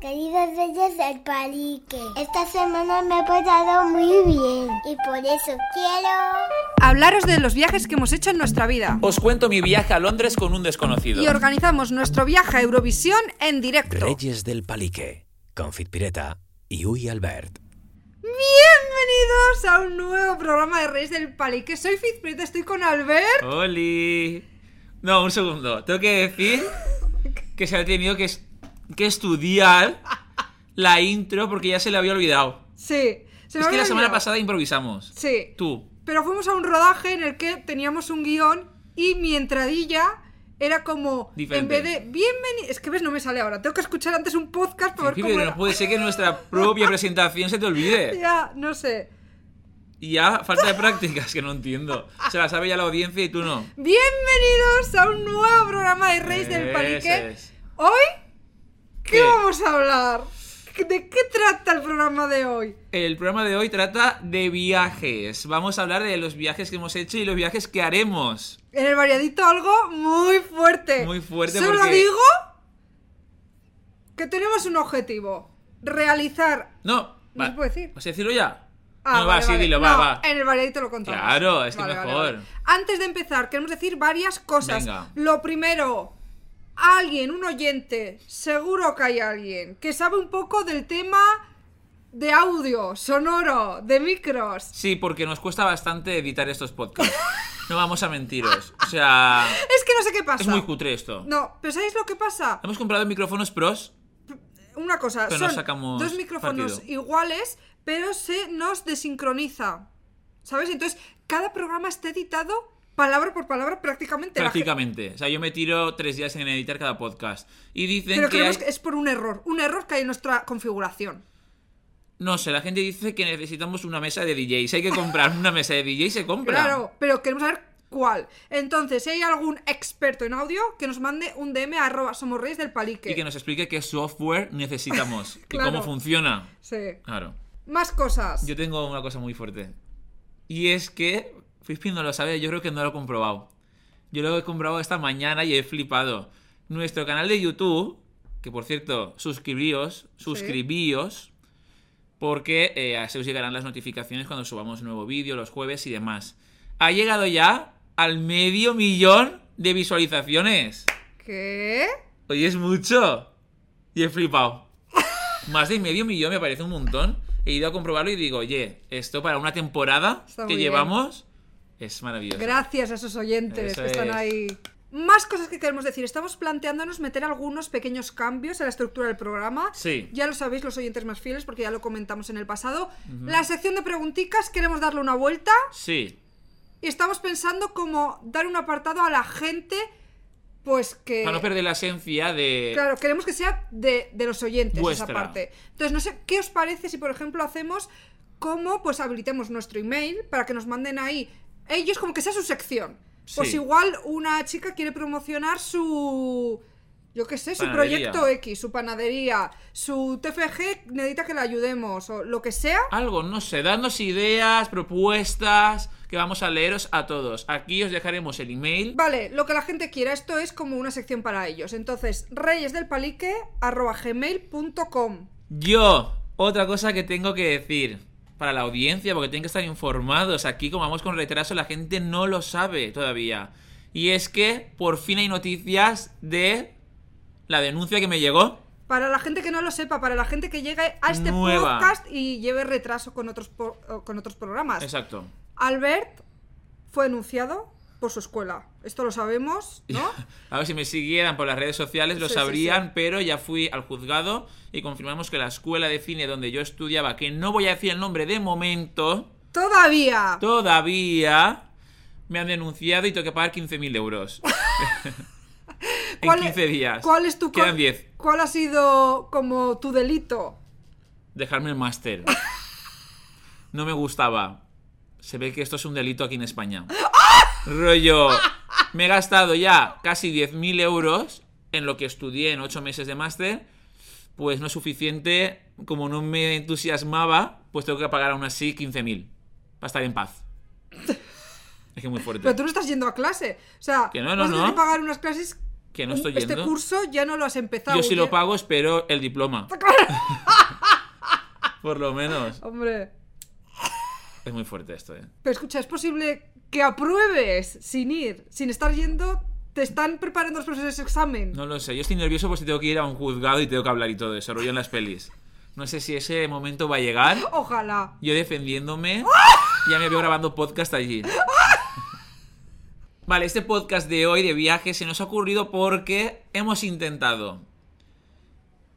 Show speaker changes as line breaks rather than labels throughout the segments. Queridas bellas del palique, esta semana me ha pasado muy bien y por eso quiero...
Hablaros de los viajes que hemos hecho en nuestra vida.
Os cuento mi viaje a Londres con un desconocido.
Y organizamos nuestro viaje a Eurovisión en directo.
Reyes del Palique, Confit Pireta y Uy Albert.
Bienvenidos a un nuevo programa de Reyes del Palique. Soy Fizpreta, estoy con Albert.
¡Oli! No, un segundo. Tengo que decir que se ha tenido que, es- que estudiar la intro porque ya se le había olvidado.
Sí. Se me
es que
había
la semana
olvidado.
pasada improvisamos.
Sí.
Tú.
Pero fuimos a un rodaje en el que teníamos un guión y mi entradilla era como.
Diferente.
En vez de. Bienvenido. Es que ves, no me sale ahora. Tengo que escuchar antes un podcast para ver
Sí,
cómo.
pero
era.
no puede ser que nuestra propia presentación se te olvide.
Ya, no sé.
Y ya, falta de prácticas, que no entiendo. Se la sabe ya la audiencia y tú no.
Bienvenidos a un nuevo programa de Reyes del
Eso
Palique.
es.
Hoy, ¿qué,
¿Qué?
vamos a hablar? ¿De qué trata el programa de hoy?
El programa de hoy trata de viajes. Vamos a hablar de los viajes que hemos hecho y los viajes que haremos.
En el variadito algo muy fuerte.
Muy fuerte
Solo
porque-
digo que tenemos un objetivo. Realizar.
No,
No se puede decir.
¿Vas a decirlo ya?
Ah,
no, va,
vale,
sí,
vale.
dilo, va,
No, eh.
va.
En el variadito lo contamos.
Claro, es que mejor.
Antes de empezar, queremos decir varias cosas.
Venga.
Lo primero, alguien, un oyente, seguro que hay alguien que sabe un poco del tema de audio, sonoro, de micros.
Sí, porque nos cuesta bastante editar estos podcasts. No vamos a mentiros. O sea,
Es que no sé qué pasa.
es muy cutre esto.
No, pero ¿sabéis lo que pasa?
Hemos comprado micrófonos pros.
Una cosa,
Pero no
son
sacamos
dos micrófonos
partido.
iguales, pero se nos desincroniza. ¿Sabes? Entonces, cada programa está editado palabra por palabra prácticamente. La gen-
Prácticamente. O sea, yo me tiro tres días en editar cada podcast. Y dicen
Pero
que,
creemos
hay-
que es por un error, un error que hay en nuestra configuración.
No sé, la gente dice que necesitamos una mesa de DJs. Hay que comprar una mesa de DJs, se compra.
Claro, pero queremos saber cuál. Entonces, si hay algún experto en audio, que nos mande un DM a arroba somos reyes del palique.
Y que nos explique qué software necesitamos y
Claro.
cómo funciona.
Sí.
Claro.
Más cosas.
Yo tengo una cosa muy fuerte. Y es que Fispin no lo sabe, yo creo que no lo he comprobado. Yo lo he comprobado esta mañana y he flipado. Nuestro canal de YouTube, que por cierto, suscribíos, suscribíos, porque eh, así os llegarán las notificaciones cuando subamos nuevo vídeo los jueves y demás. Ha llegado ya al medio millón de visualizaciones.
¿Qué?
Oye, es mucho. Y he flipado. Más de medio millón me parece un montón. He ido a comprobarlo y digo, oye, esto para una temporada
Está muy
que
bien.
llevamos es maravilloso.
Gracias a esos oyentes
Eso
que están
es.
ahí. Más cosas que queremos decir. Estamos planteándonos meter algunos pequeños cambios en la estructura del programa.
Sí.
Ya lo sabéis los oyentes más fieles porque ya lo comentamos en el pasado. La sección de preguntitas queremos darle una vuelta.
Sí.
Y estamos pensando como dar un apartado a la gente, pues que...
Para no perder la esencia de...
Claro, queremos que sea de, de los oyentes esa
Eh, Vuestra.
parte. Entonces, no sé, ¿qué os parece si, por ejemplo, hacemos cómo pues habilitemos nuestro email para que nos manden ahí ellos como que sea su sección? Pues
Sí.
igual una chica quiere promocionar su... Yo qué sé, su
Panadería.
proyecto X, su panadería, su TFG, necesita que la ayudemos o lo que sea.
Algo, no sé, dadnos ideas, propuestas, que vamos a leeros a todos. Aquí os dejaremos el email.
Vale, lo que la gente quiera, esto es como una sección para ellos. Entonces, reyesdelpalique.gmail.com
Yo, otra cosa que tengo que decir para la audiencia, porque tienen que estar informados. Aquí, como vamos con retraso, la gente no lo sabe todavía. Y es que por fin hay noticias de la denuncia que me llegó.
Para la gente que no lo sepa, para la gente que llegue a este
Nueva.
podcast y lleve retraso con otros, po- o con otros programas.
Exacto.
Albert fue denunciado por su escuela. Esto lo sabemos, ¿no?
A ver si me siguieran por las redes sociales, lo
Sí, sí,
sabrían,
sí.
pero ya fui al juzgado y confirmamos que la escuela de cine donde yo estudiaba, que no voy a decir el nombre de momento,
Todavía.
todavía me han denunciado y tengo que pagar 15.000 euros. en
¿Cuál- e-,
15 días.
¿Cuál es tu
Quedan
cuál-
10.
¿Cuál ha sido como tu delito?
Dejarme el máster. No me gustaba. Se ve que esto es un delito aquí en España. Rollo. Me he gastado ya casi 10.000 euros en lo que estudié en 8 meses de máster. Pues no es suficiente. Como no me entusiasmaba, pues tengo que pagar aún así 15.000. Para estar en paz. Es que es muy fuerte.
Pero tú no estás yendo a clase. O sea,
Que no, no,
vas a tener
no.
que pagar unas clases
que no estoy
este
yendo.
curso ya no lo has empezado.
Yo si lo
Guille.
pago espero el diploma. Por lo menos.
Hombre,
Es muy fuerte esto, ¿eh?
pero escucha, es posible que apruebes sin ir, sin estar yendo. Te están preparando los profesores de examen.
No lo sé. Yo estoy nervioso por si tengo que ir a un juzgado y tengo que hablar y todo eso. Rollo en las pelis. No sé si ese momento va a llegar.
Ojalá.
Yo defendiéndome. Ya me veo grabando podcast allí. Vale, este podcast de hoy de viaje se nos ha ocurrido porque hemos intentado.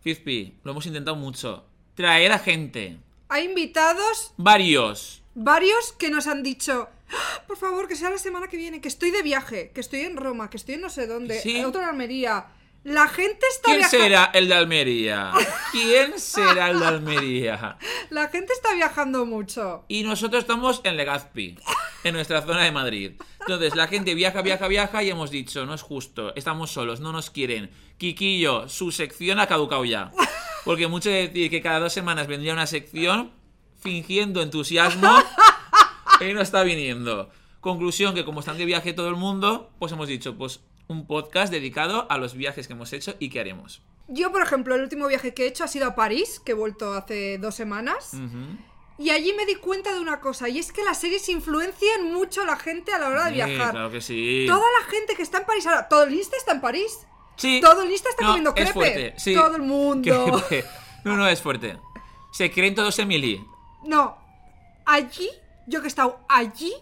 Fizpi, lo hemos intentado mucho. Traer a gente.
Hay invitados,
Varios.
varios, que nos han dicho, "Ah, por favor, que sea la semana que viene, que estoy de viaje, que estoy en Roma, que estoy en no sé dónde,
Sí.
en otra Almería. La gente está
¿Quién
viajando.
será el de Almería? ¿Quién será el de Almería?
La gente está viajando mucho.
Y nosotros estamos en Legazpi, en nuestra zona de Madrid. Entonces la gente viaja, viaja, viaja y hemos dicho, no es justo, estamos solos, no nos quieren. Quiquillo, su sección ha caducado ya. Porque mucho de decir que cada dos semanas vendría una sección fingiendo entusiasmo y no está viniendo. Conclusión que como están de viaje todo el mundo, pues hemos dicho, pues un podcast dedicado a los viajes que hemos hecho y que haremos.
Yo, por ejemplo, el último viaje que he hecho ha sido a París, que he vuelto hace dos semanas.
Ujú.
Y allí me di cuenta de una cosa, y es que las series influencian mucho a la gente a la hora de
Sí,
viajar.
claro que sí.
Toda la gente que está en París ahora, todo el lista está en París.
Sí.
Todo el lista está
No,
comiendo
es
crepe.
fuerte, sí.
Todo el mundo.
Crepe. No, no, es fuerte. Se creen todos Emily.
No, allí, yo que he estado allí,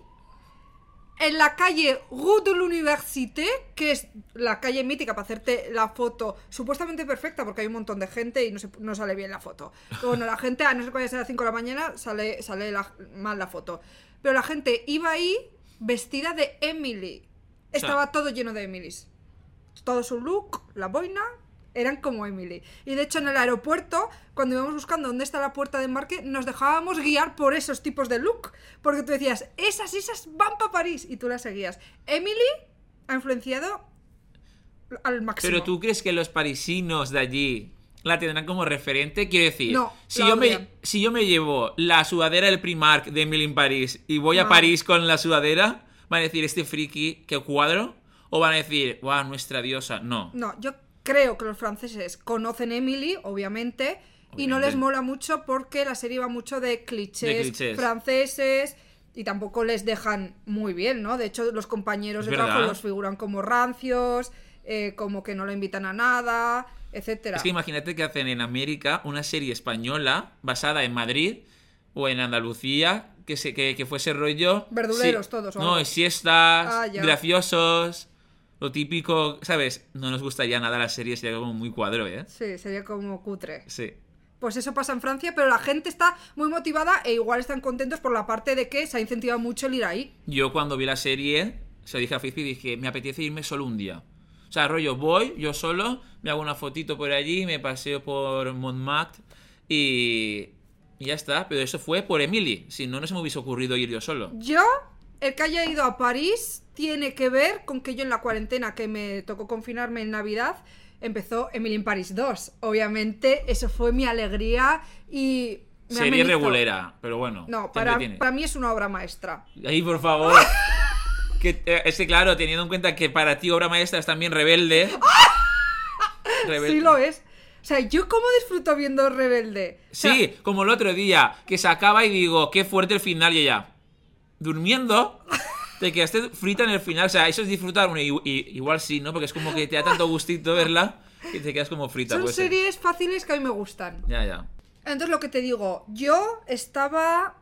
en la calle Rue de l'Université, que es la calle mítica para hacerte la foto supuestamente perfecta, porque hay un montón de gente y no, se- no sale bien la foto. Bueno, la gente, a no ser que vaya a las 5 de la mañana, sale, sale la- mal la foto. Pero la gente iba ahí vestida de Emily. Estaba todo lleno de Emilys todo su look, la boina, eran como Emily. Y de hecho en el aeropuerto, cuando íbamos buscando dónde está la puerta de embarque, nos dejábamos guiar por esos tipos de look. Porque tú decías, esas, esas van para París. Y tú las seguías. Emily ha influenciado al máximo.
Pero tú crees que los parisinos de allí la tendrán como referente? Quiero decir,
No,
si,
la
yo
odian.
me, si yo me llevo la sudadera del Primark de Emily en París y voy a
No.
París con la sudadera, van a decir, este friki, qué cuadro. O van a decir, guau, nuestra diosa. No.
No, yo creo que los franceses conocen Emily, obviamente, y no
Obviamente.
les mola mucho porque la serie va mucho de clichés,
De clichés.
franceses y tampoco les dejan muy bien, ¿no? De hecho, los compañeros
Es
de trabajo
verdad.
los figuran como rancios, eh, como que no lo invitan a nada, etcétera.
Es que imagínate que hacen en América una serie española basada en Madrid o en Andalucía que, se, que, que fuese rollo.
Verduleros
sí,
todos, o
No,
algo.
siestas,
Ah, ya.
graciosos, lo típico, ¿sabes? No nos gustaría nada la serie, sería como muy cuadro, ¿eh?
Sí, sería como cutre.
Sí.
Pues eso pasa en Francia, pero la gente está muy motivada e igual están contentos por la parte de que se ha incentivado mucho el ir ahí.
Yo cuando vi la serie, se lo dije a Fizpi y dije, me apetece irme solo un día. O sea, rollo, voy yo solo, me hago una fotito por allí, me paseo por Montmartre y... y ya está. Pero eso fue por Emily, si no, no se me hubiese ocurrido ir yo solo.
Yo, el que haya ido a París, tiene que ver con que yo en la cuarentena que me tocó confinarme en Navidad, empezó Emily in Paris 2. Obviamente, eso fue mi alegría y... me
Serie
amenizó.
regulera, pero bueno.
No,
te
para,
entretiene.
para mí es una obra maestra.
Ahí, por favor. que, eh, es que, claro, teniendo en cuenta que para ti obra maestra es también rebelde.
¡Ah!
Rebel-
Sí lo es. O sea, yo cómo disfruto viendo Rebelde. O sea,
Sí, como el otro día, que se acaba y digo, qué fuerte el final y ella. Durmiendo, te quedaste frita en el final. O sea, eso es disfrutar. Bueno, i- i- igual sí, ¿no? Porque es como que te da tanto gustito verla que te quedas como frita.
son
puede ser.
series fáciles que a mí me gustan.
Ya, ya.
Entonces lo que te digo, yo estaba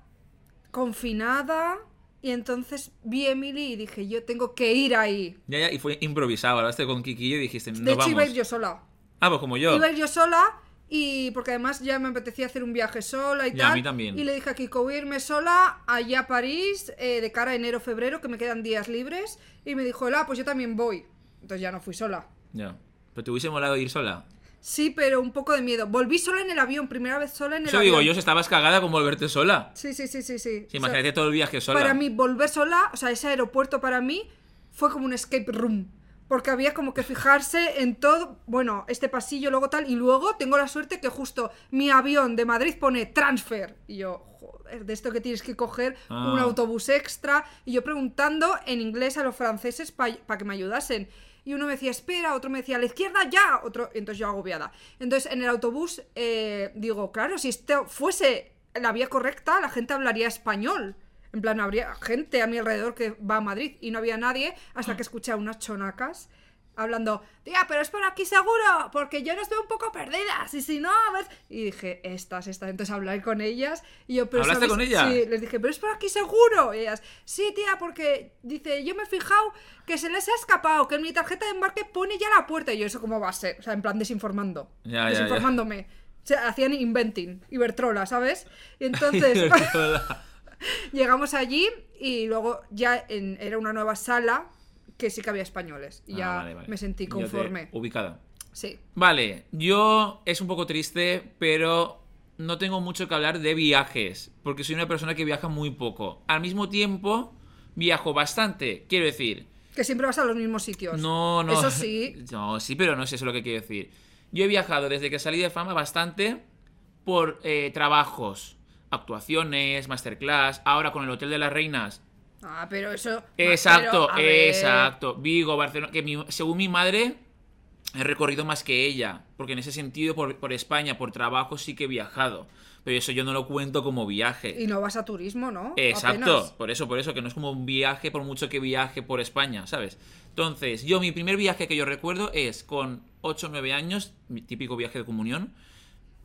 confinada y entonces vi Emily y dije, yo tengo que ir ahí.
Ya, ya. Y fue improvisado. Hablaste con Kiki y dijiste,
De
no
hecho,
vamos.
iba a ir yo sola.
Ah, pues como yo.
Iba a ir yo sola y porque además ya me apetecía hacer un viaje sola y
Ya,
tal.
a mí también.
Y le dije a Kiko, voy a irme sola allá a París eh, de cara a enero, febrero, que me quedan días libres. Y me dijo, hola, pues yo también voy. Entonces ya no fui sola.
Ya. Pero te hubiese molado ir sola.
Sí, pero un poco de miedo. Volví sola en el avión, primera vez sola en el
Eso
avión.
digo yo, si estabas cagada con volverte sola.
Sí, sí, sí, sí, sí.
Sí,
O sea,
imagínate todo el viaje sola.
Para mí, volver sola, o sea, ese aeropuerto para mí fue como un escape room. Porque había como que fijarse en todo, bueno, este pasillo, luego tal, y luego tengo la suerte que justo mi avión de Madrid pone transfer. Y yo, joder, de esto que tienes que coger
Ah.
un autobús extra. Y yo preguntando en inglés a los franceses para que me ayudasen. y uno me decía espera, otro me decía a la izquierda ya, otro, entonces yo agobiada. Entonces en el autobús eh, digo, claro, si esto fuese la vía correcta, la gente hablaría español. En plan, habría gente a mi alrededor que va a Madrid y no había nadie hasta que escuché a unas chonacas hablando, tía, pero es por aquí seguro, porque yo no estoy un poco perdida, y si no, a ver... Y dije, estas, estas, entonces hablé con ellas y yo... Pero
¿Hablaste con ellas?
Sí, les dije, pero es por aquí seguro. Y ellas, sí, tía, porque dice, yo me he fijado que se les ha escapado, que en mi tarjeta de embarque pone ya la puerta. Y yo, ¿eso cómo va a ser? O sea, en plan desinformando,
Ya, ya, ya.
desinformándome. O sea, hacían inventing, Ibertrola, ¿sabes? Y entonces... Llegamos allí y luego ya en- era una nueva sala que sí que había españoles. Y ya
Ah, vale, vale.
me sentí
Yo te-
conforme.
Ubicada.
Sí.
Vale, yo es un poco triste, pero no tengo mucho que hablar de viajes, porque soy una persona que viaja muy poco. Al mismo tiempo, viajo bastante, quiero decir.
Que siempre vas a los mismos sitios.
No, no.
Eso sí.
No, sí, pero no es eso lo que quiero decir. Yo he viajado desde que salí de fama bastante por eh, trabajos, actuaciones, masterclass, ahora con el Hotel de las Reinas.
Ah, pero eso.
Exacto,
pero, a ver,
exacto. Vigo, Barcelona, que mi- según mi madre he recorrido más que ella, porque en ese sentido por, por España, por trabajo sí que he viajado, pero eso yo no lo cuento como viaje.
Y no vas a turismo, ¿no?
Exacto,
Apenas.
por eso, por eso, que no es como un viaje por mucho que viaje por España, ¿sabes? Entonces, yo mi primer viaje que yo recuerdo es con 8 o 9 años, mi típico viaje de comunión,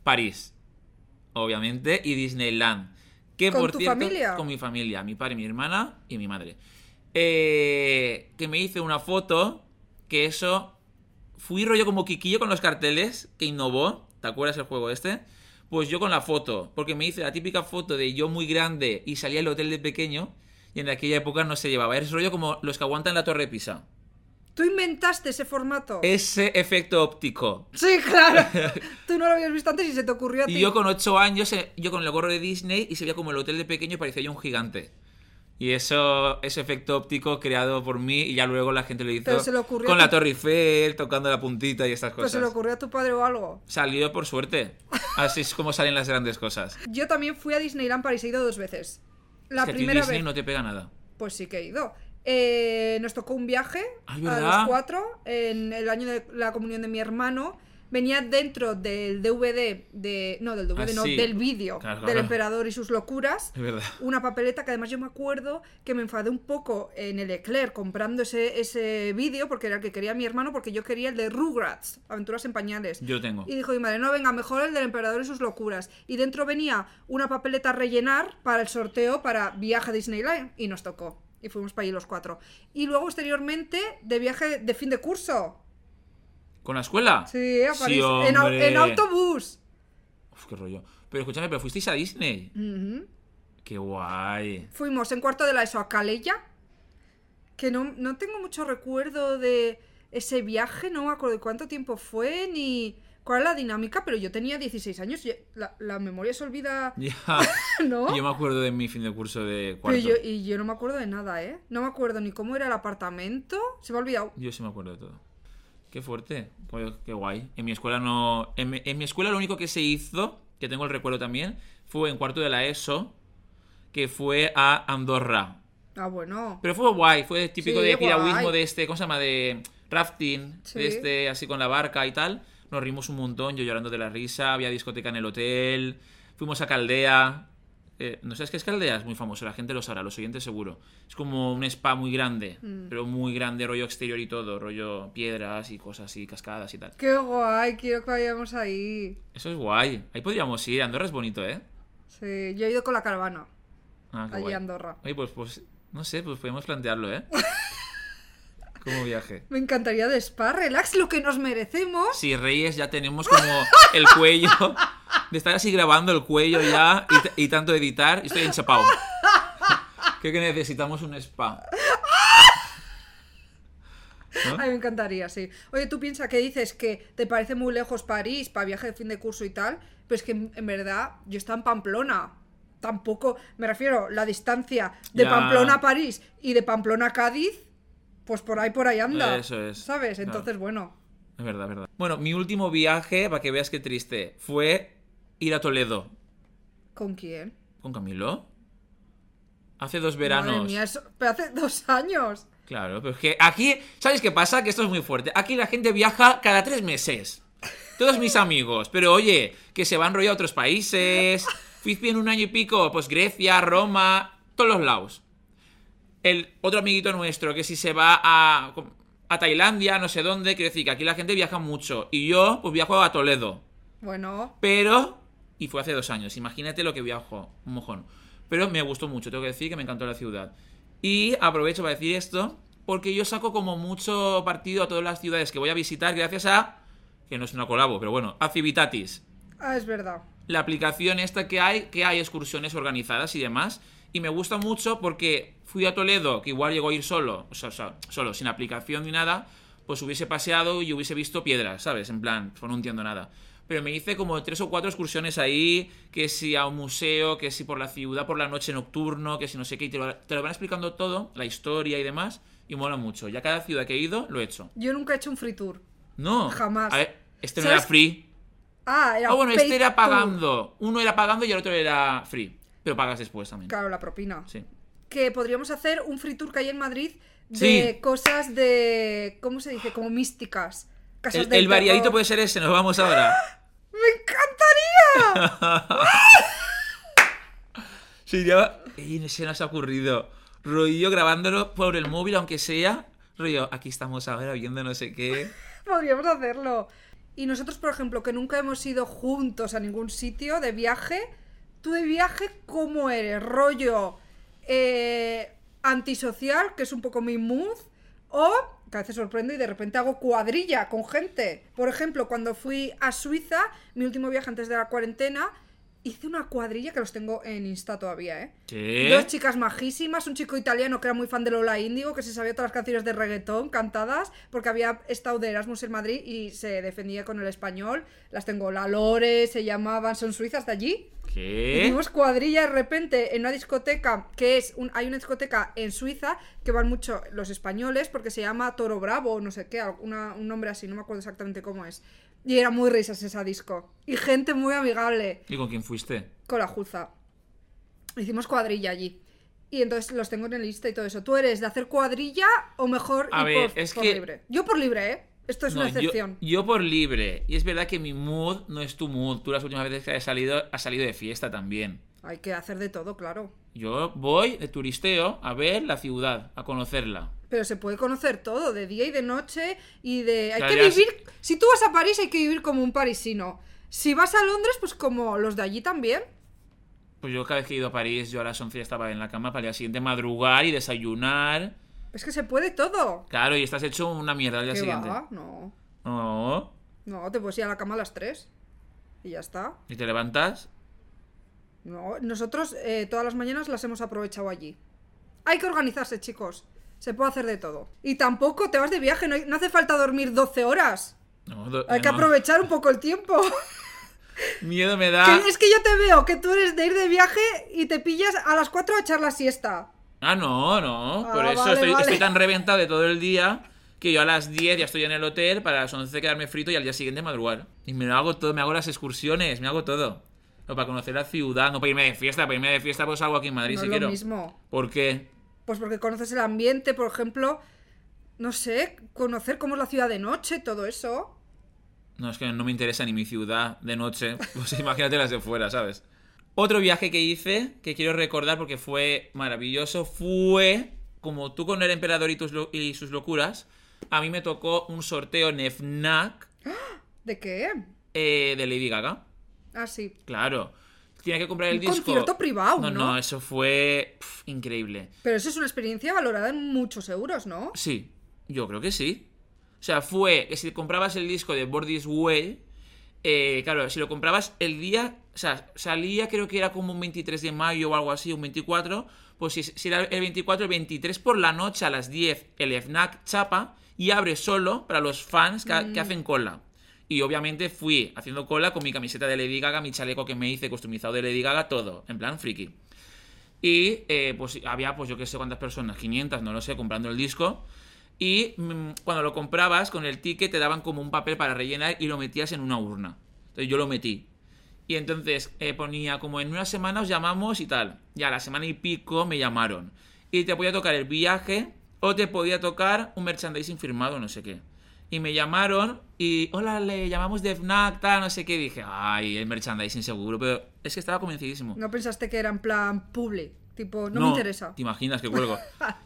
París, obviamente, y Disneyland. Que
¿Con
por
tu
cierto,
familia?
Con mi familia, mi padre, mi hermana y mi madre. Eh, que me hice una foto, que eso... Fui rollo como Quiquillo con los carteles, que innovó, ¿te acuerdas el juego este? Pues yo con la foto, porque me hice la típica foto de yo muy grande y salía del hotel de pequeño, y en aquella época no se llevaba. Es rollo como los que aguantan la torre Pisa.
Tú inventaste ese formato.
Ese efecto óptico.
Sí, claro. Tú no lo habías visto antes y se te ocurrió a ti.
Y yo con 8 años, eh, yo con el gorro de Disney y se veía como el hotel de pequeño y parecía yo un gigante. Y eso, ese efecto óptico creado por mí y ya luego la gente lo hizo
Pero se le ocurrió
con
a
la
tu-
Torre Eiffel, tocando la puntita y estas
Pues
cosas.
se le ocurrió a tu padre o algo.
Salió por suerte. Así es como salen las grandes cosas.
Yo también fui a Disneyland París, he ido dos veces. La
Es que a ti
primera
Disney
vez.
no te pega nada.
Pues sí que he ido. Eh, nos tocó un viaje
Ah,
a
¿verdad?
los cuatro en el año de la comunión de mi hermano. Venía dentro del DVD de. No, del DVD,
Ah,
no,
sí.
del vídeo
Claro,
del
claro.
emperador y sus locuras.
Es verdad.
Una papeleta que además yo me acuerdo que me enfadé un poco en el Eclair comprando ese, ese vídeo porque era el que quería mi hermano, porque yo quería el de Rugrats, Aventuras en Pañales.
Yo lo tengo.
Y dijo mi madre, no, venga, mejor el del emperador y sus locuras. Y dentro venía una papeleta a rellenar para el sorteo para viaje a Disneyland y nos tocó. Y fuimos para allí los cuatro. Y luego, posteriormente, de viaje de fin de curso.
¿Con la escuela?
Sí, a París. en, au-
hombre.
en autobús.
Uf, qué rollo. Pero escúchame, pero fuisteis a Disney.
Ujú.
Qué guay.
Fuimos en cuarto de la ESO a Calella. Que no, no tengo mucho recuerdo de ese viaje, no me acuerdo de cuánto tiempo fue ni cuál era la dinámica, pero yo tenía 16 años. y La, la memoria se olvida,
Ya.
¿no?
Yo me acuerdo de mi fin de curso de
Pero
cuarto.
yo,
Yo...
y yo no me acuerdo de nada, ¿eh? No me acuerdo ni cómo era el apartamento. Se me ha olvidado.
sí me acuerdo de todo. Qué fuerte. Coño, Qué guay. En mi escuela no. En mi, en mi escuela lo único que se hizo, que tengo el recuerdo también, fue en cuarto de la ESO, que fue a Andorra.
Ah, bueno.
Pero fue guay, fue típico
Sí,
de piragüismo
guay.
de este, ¿cómo se llama? De rafting,
Sí.
de este, así con la barca y tal. Nos rimos un montón, yo llorando de la risa, había discoteca en el hotel, fuimos a Caldea. Eh, ¿No sabes qué es Caldea? Es muy famoso, la gente lo sabrá, los oyentes seguro. Es como un spa muy grande,
Mm.
pero muy grande, rollo exterior y todo, rollo piedras y cosas así, cascadas y tal.
Qué guay, quiero que vayamos ahí.
Eso es guay, ahí podríamos ir, Andorra es bonito, ¿eh?
Sí, yo he ido con la caravana
Ah, qué
allí
guay.
a Andorra.
Oye, pues, pues, no sé, pues podemos plantearlo, ¿eh? Como viaje.
Me encantaría de spa, relax, lo que nos merecemos.
Si reyes ya tenemos como el cuello. De estar así grabando el cuello ya y, t- y tanto editar, y estoy enchapado. Creo que necesitamos un spa. ¿No?
Ay, me encantaría, sí. Oye, tú piensas que dices que te parece muy lejos París para viaje de fin de curso y tal, pero es que en en verdad yo estaba en Pamplona. Tampoco, me refiero, la distancia de
Ya.
Pamplona a París y de Pamplona a Cádiz, pues por ahí por ahí anda.
Eso es,
¿Sabes?
claro.
Entonces, bueno.
Es verdad, es verdad. Bueno, mi último viaje, para que veas qué triste, fue ir a Toledo.
¿Con quién?
¿Con Camilo? Hace dos
Madre
veranos.
mía, eso- pero hace dos años.
Claro, pero es que aquí, ¿sabes qué pasa? Que esto es muy fuerte. Aquí la gente viaja cada tres meses. Todos mis amigos. Pero oye, que se van rollo a otros países. Fui en un año y pico, pues Grecia, Roma, todos los lados. El otro amiguito nuestro, que si se va a, a Tailandia, no sé dónde, quiero decir que aquí la gente viaja mucho. Y yo, pues viajo a Toledo.
Bueno,
Pero. Y fue hace dos años. Imagínate lo que viajo. Un mojón. Pero me gustó mucho, tengo que decir que me encantó la ciudad. Y aprovecho para decir esto. Porque yo saco como mucho partido a todas las ciudades que voy a visitar gracias a. Que no es una colabo, pero bueno, a Civitatis.
ah, es verdad.
La aplicación esta que hay, que hay excursiones organizadas y demás. Y me gusta mucho porque fui a Toledo, que igual llegó a ir solo, o sea, o sea, solo, sin aplicación ni nada, pues hubiese paseado y hubiese visto piedras, ¿sabes? En plan, pues no entiendo nada. Pero me hice como tres o cuatro excursiones ahí, que si a un museo, que si por la ciudad, por la noche nocturno, que si no sé qué, y te lo, te lo van explicando todo, la historia y demás, y mola mucho. Ya cada ciudad que he ido, lo he hecho.
Yo nunca he hecho un free tour.
No.
Jamás.
A ver, este no era
¿Sabes?
free.
Ah, era
Ah, bueno,
paid
este era
tour.
pagando. Uno era pagando y el otro era free. Pero pagas después también.
Claro, la propina.
Sí.
Que podríamos hacer un free tour que hay en Madrid de
Sí.
cosas de. ¿Cómo se dice? Como místicas. Casas
El,
del
el variadito
terror.
puede ser ese, nos vamos ahora.
¡Me encantaría!
Sí, ya. Ey, no se nos ha ocurrido. Rollo grabándolo por el móvil, aunque sea. Rollo, aquí estamos ahora viendo no sé qué.
Podríamos hacerlo. Y nosotros, por ejemplo, que nunca hemos ido juntos a ningún sitio de viaje, ¿tú de viaje cómo eres? ¿Rollo eh, antisocial, que es un poco mi mood? ¿O que a veces sorprendo y de repente hago cuadrilla con gente? Por ejemplo, cuando fui a Suiza, mi último viaje antes de la cuarentena, hice una cuadrilla que los tengo en Insta todavía, ¿eh?
¿Qué?
Dos chicas majísimas, un chico italiano que era muy fan de Lola Índigo, que se sabía todas las canciones de reggaetón cantadas, porque había estado de Erasmus en Madrid y se defendía con el español. Las tengo, la Lore, se llamaban, son suizas de allí.
¿Qué?
Hicimos cuadrilla de repente en una discoteca que es un, hay una discoteca en Suiza que van mucho los españoles porque se llama Toro Bravo, no sé qué, alguna- un nombre así, no me acuerdo exactamente cómo es. Y era muy risas esa disco. Y gente muy amigable
¿Y con quién fuiste?
con la Julza. Hicimos cuadrilla allí. Y entonces los tengo en el lista y todo eso. ¿Tú eres de hacer cuadrilla o mejor
A
ir
ver,
por,
es
por
que-
libre? Yo por libre, ¿eh? Esto es
No,
una
yo-
excepción.
Yo, por libre. Y es verdad que mi mood no es tu mood. Tú las últimas veces que has salido, has salido de fiesta también.
Hay que hacer de todo, claro.
Yo voy de turisteo a ver la ciudad, a conocerla.
Pero se puede conocer todo, de día y de noche y de... Hay
Claro,
que
ya sé.
vivir... Si tú vas a París hay que vivir como un parisino. Si vas a Londres, pues como los de allí también.
Pues yo cada vez que he ido a París, yo a las 11 ya estaba en la cama para el día siguiente madrugar y desayunar.
Es que se puede todo.
Claro, y estás hecho una mierda al día
¿Qué
siguiente.
va? No.
No.
No, te puedes ir a la cama a las 3. Y ya está.
Y te levantas.
No, nosotros eh, todas las mañanas las hemos aprovechado allí. Hay que organizarse, chicos. Se puede hacer de todo. Y tampoco te vas de viaje, no, hay- no hace falta dormir 12 horas.
No, do-
Hay que
no.
aprovechar un poco el tiempo.
Miedo me da.
Que es que yo te veo que tú eres de ir de viaje y te pillas a las 4 a echar la siesta.
Ah, no, no.
Ah,
Por eso
vale,
estoy,
vale.
estoy tan reventado de todo el día que yo a las 10 ya estoy en el hotel para las 11 quedarme frito y al día siguiente madrugar. Y me lo hago todo, me hago las excursiones, me hago todo. No, para conocer la ciudad, no para irme de fiesta, para irme de fiesta pues algo aquí en Madrid
no
si
es
quiero.
lo mismo.
¿Por qué?
Pues porque conoces el ambiente, por ejemplo, no sé, conocer cómo es la ciudad de noche, todo eso.
No, es que no me interesa ni mi ciudad de noche. Pues imagínate las de fuera, ¿sabes? Otro viaje que hice, que quiero recordar porque fue maravilloso, fue como tú con el emperador y, tus lo- y sus locuras. A mí me tocó un sorteo en FNAC
¿De qué?
eh, de Lady Gaga.
Ah, sí.
Claro. Tenía que comprar el
Un
disco.
concierto privado,
No,
¿no?
no, eso fue pf, increíble.
Pero eso es una experiencia valorada en muchos euros, ¿no?
Sí, yo creo que sí. O sea, fue que si comprabas el disco de Born This Way, eh, claro, si lo comprabas el día, o sea, salía creo que era como un 23 de mayo o algo así, un 24, pues si, si era el 24, el 23 por la noche a las 10, el FNAC chapa y abre solo para los fans que, que hacen cola. Y obviamente fui haciendo cola con mi camiseta de Lady Gaga, mi chaleco que me hice customizado de Lady Gaga, todo, en plan friki. Y eh, pues había, pues yo qué sé cuántas personas, 500, no lo sé, comprando el disco. Y mm, cuando lo comprabas con el ticket te daban como un papel para rellenar y lo metías en una urna. Entonces yo lo metí. Y entonces eh, ponía como en una semana os llamamos y tal. Ya la semana y pico me llamaron. Y te podía tocar el viaje O te podía tocar un merchandising firmado, no sé qué. Y me llamaron y, hola, le llamamos de FNAC, tal, no sé qué. Y dije, ay, el merchandising seguro, pero es que estaba convencidísimo.
No pensaste que era en plan puble. Tipo, no, me interesa.
¿Te imaginas que cuelgo?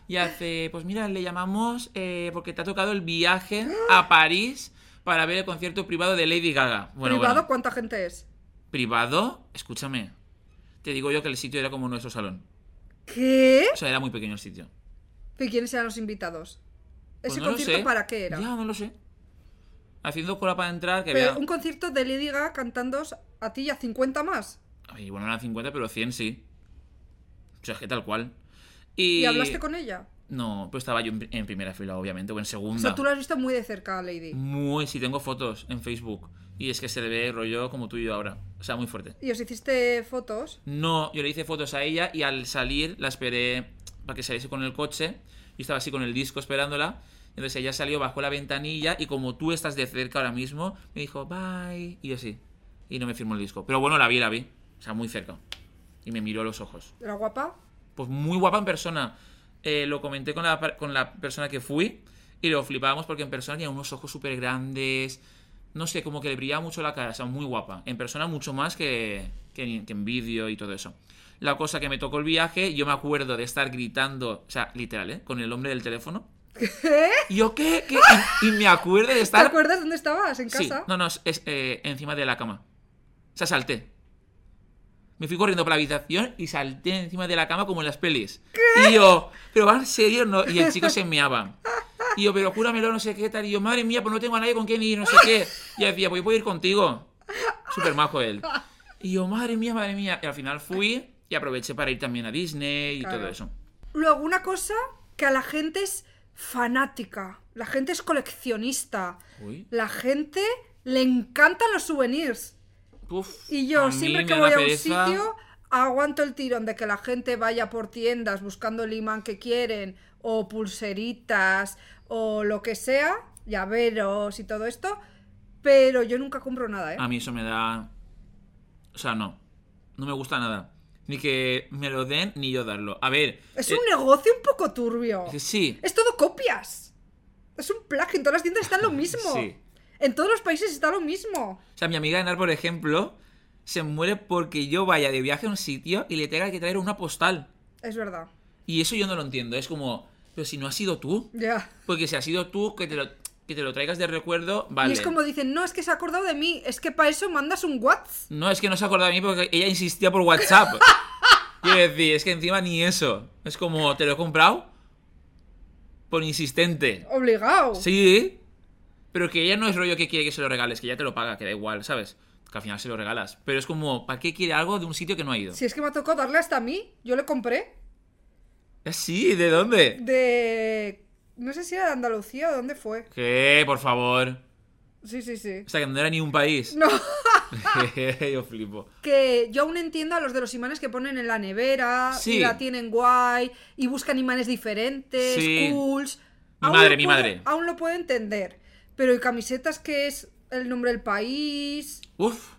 y hace, pues mira, le llamamos eh, porque te ha tocado el viaje a París para ver el concierto privado de Lady Gaga. Bueno,
¿Privado
bueno.
cuánta gente es?
privado, escúchame. Te digo yo que el sitio era como nuestro salón.
¿Qué?
O sea, era muy pequeño el sitio.
¿Y quiénes eran los invitados?
Pues
¿Ese
no lo
concierto
sé.
para qué era?
Ya, no lo sé. Haciendo cola para entrar, que
Pero
había.
un concierto de Lady Gaga cantando a ti y a 50 más.
Ay, Ah, bueno, no eran 50, pero 100 sí. O sea, es que tal cual. Y.
¿Y hablaste con ella?
No, pero estaba yo en, pri- en primera fila, obviamente, o en
O
segunda.
sea, tú la has visto muy de cerca, Lady.
Muy, sí, tengo fotos en Facebook. Y es que se le ve rollo como tú y yo ahora. O sea, muy fuerte.
¿Y os hiciste fotos?
No, yo le hice fotos a ella y al salir la esperé para que saliese con el coche. Yo estaba así con el disco esperándola. Entonces ella salió, bajó la ventanilla y como tú estás de cerca ahora mismo, me dijo bye. Y yo sí. Y no me firmó el disco. Pero bueno, la vi, la vi. O sea, muy cerca. Y me miró a los ojos.
¿Era guapa?
Pues muy guapa en persona. Eh, lo comenté con la, par- con la persona que fui y lo flipábamos porque en persona tenía unos ojos súper grandes. No sé, como que le brillaba mucho la cara. O sea, muy guapa. En persona mucho más que, que en, que en vídeo y todo eso. La cosa que me tocó el viaje, yo me acuerdo de estar gritando, o sea, literal, ¿eh? Con el hombre del teléfono. ¿Qué? yo, ¿qué? ¿Qué? Y, y me acuerdo de
¿Te
estar...
acuerdas dónde estabas? ¿En
Sí,
casa?
no, no, es es, eh, encima de la cama. O sea, salté. Me fui corriendo por la habitación y salté encima de la cama como en las pelis. Y yo, pero va en serio, no. Y el chico se meaba. Y yo, pero júramelo, no sé qué tal. Y yo, madre mía, pues no tengo a nadie con quien ir, no sé qué. Y él decía, pues yo puedo ir contigo. Súper majo él. Y yo, madre mía, madre mía. Y al final fui y aproveché para ir también a Disney y
Claro.
todo eso.
Luego, una cosa que a la gente es fanática, la gente es coleccionista,
Uy.
la gente le encantan los souvenirs.
Uf,
Y yo
a mí
siempre
me
que
da
voy
una
a un
pereza.
sitio aguanto el tirón de que la gente vaya por tiendas buscando el imán que quieren o pulseritas o lo que sea, llaveros y todo esto, pero yo nunca compro nada, ¿eh?
A mí eso me da. O sea, no. No me gusta nada. Ni que me lo den, ni yo darlo. A ver.
Es
eh,
un negocio un poco turbio.
es que sí.
Es todo copias. Es un plagio. En todas las tiendas está lo mismo.
Sí.
En todos los países está lo mismo.
O sea, mi amiga Enar, por ejemplo, se muere porque yo vaya de viaje a un sitio y le tenga que traer una postal.
Es verdad.
Y eso yo no lo entiendo. Es como. Pero si no has sido tú.
Ya.
Porque si has sido tú, que te lo, que te lo traigas de recuerdo, vale.
Y es como dicen, no, es que se ha acordado de mí. Es que para eso mandas un WhatsApp.
No, es que no se acordaba de mí porque ella insistía por WhatsApp. Quiero decir, es que encima ni eso. Es como, te lo he comprado por insistente.
Obligado.
Sí, pero que ella no es rollo que quiere que se lo regales, que ya te lo paga, que da igual, ¿sabes? Que al final se lo regalas. Pero es como, ¿para qué quiere algo de un sitio que no ha ido?
Si es que me ha tocado darle hasta a mí. Yo le compré.
¿Ah, ¿Sí? ¿De dónde?
De. No sé si era de Andalucía o de dónde fue.
¿Qué? Por favor.
Sí, sí, sí.
O sea, que no era ni un país.
No.
Yo flipo.
que yo aún entiendo a los de los imanes que ponen en la nevera
Sí.
y la tienen guay y buscan imanes diferentes,
Sí.
cools.
Mi
Aún
madre,
lo
mi
puedo-
madre.
Aún lo puedo entender. Pero y camisetas que es el nombre del país.
Uf.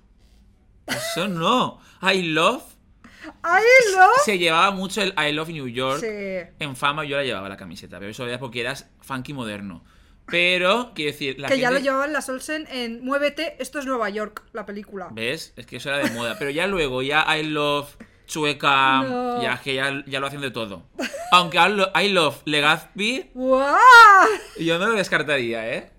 Eso no. I love.
¡Ay, no!
Se llevaba mucho el I love New York.
Sí.
En fama yo la llevaba la camiseta, pero eso era porque eras funky moderno. Pero, quiero decir, la
Que ya lo
gente-
llevaban las Olsen en Muévete, esto es Nueva York, la película.
¿Ves? Es que eso era de moda. Pero ya luego, ya I love Chueca,
No.
ya que ya, ya lo hacen de todo. Aunque I lo- I love Legazpi,
¡Guau!
yo no lo descartaría, ¿eh?